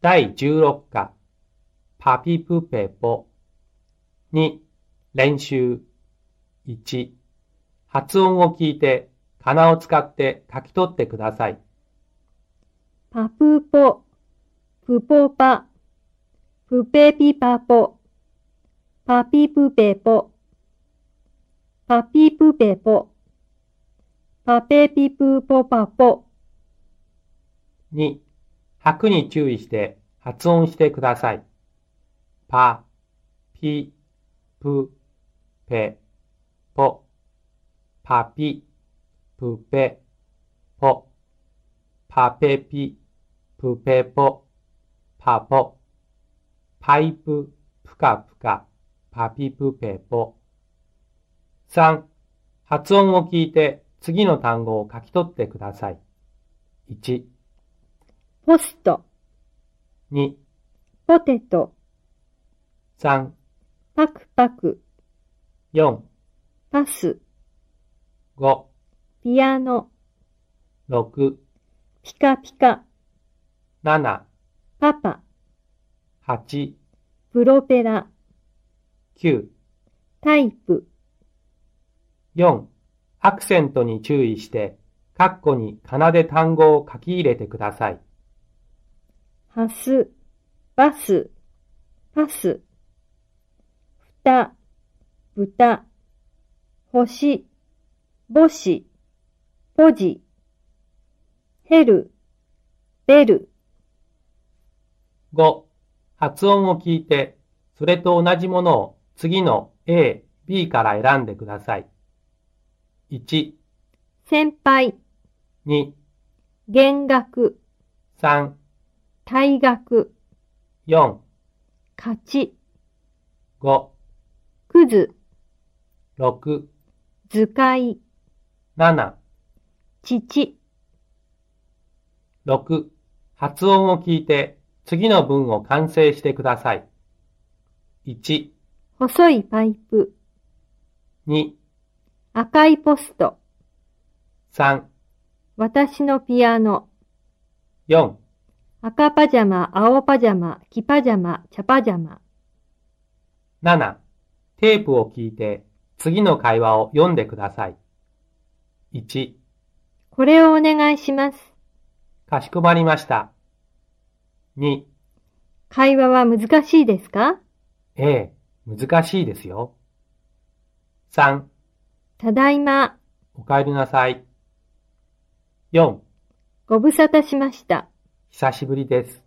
第16課、パピプペポ。2、練習。1、発音を聞いて、仮名を使って書き取ってください。パプポ、プポパ、プペピパポ、パピプペポ、パピプペポ、パペピプポパポ、 2、拍に注意して発音してください。パ、ピ、プ、ペ、ポ。パピ、プペ、ポ。パペピ、プペポ、パポ。パイプ、プカプカ、パピプペポ。3、発音を聞いて次の単語を書き取ってください。1、ポスト、 2、ポテト、 3、パクパク、 4、パス、 5、ピアノ、 6、ピカピカ、 7、パパ、 8、プロペラ、 9、タイプ、 4. アクセントに注意して、カッコに仮名で単語を書き入れてください。ハス、バス、パス、ふた、ぶた、星、ぼし、ポジ、ヘル、ベル、 5. 発音を聞いて、それと同じものを次の A、B から選んでください。1、先輩、 2、減額、 3、退学、 4、勝ち、 5、クズ、 6、図解、 7、父、 6。発音を聞いて、次の文を完成してください。1、細いパイプ、 2、赤いポスト、 3、私のピアノ、 4、赤パジャマ、青パジャマ、黄パジャマ、茶パジャマ。 7. テープを聞いて、次の会話を読んでください。1. これをお願いします。かしこまりました。2. 会話は難しいですかええ、難しいですよ。3. ただいま。お帰りなさい。4. ご無沙汰しました。久しぶりです。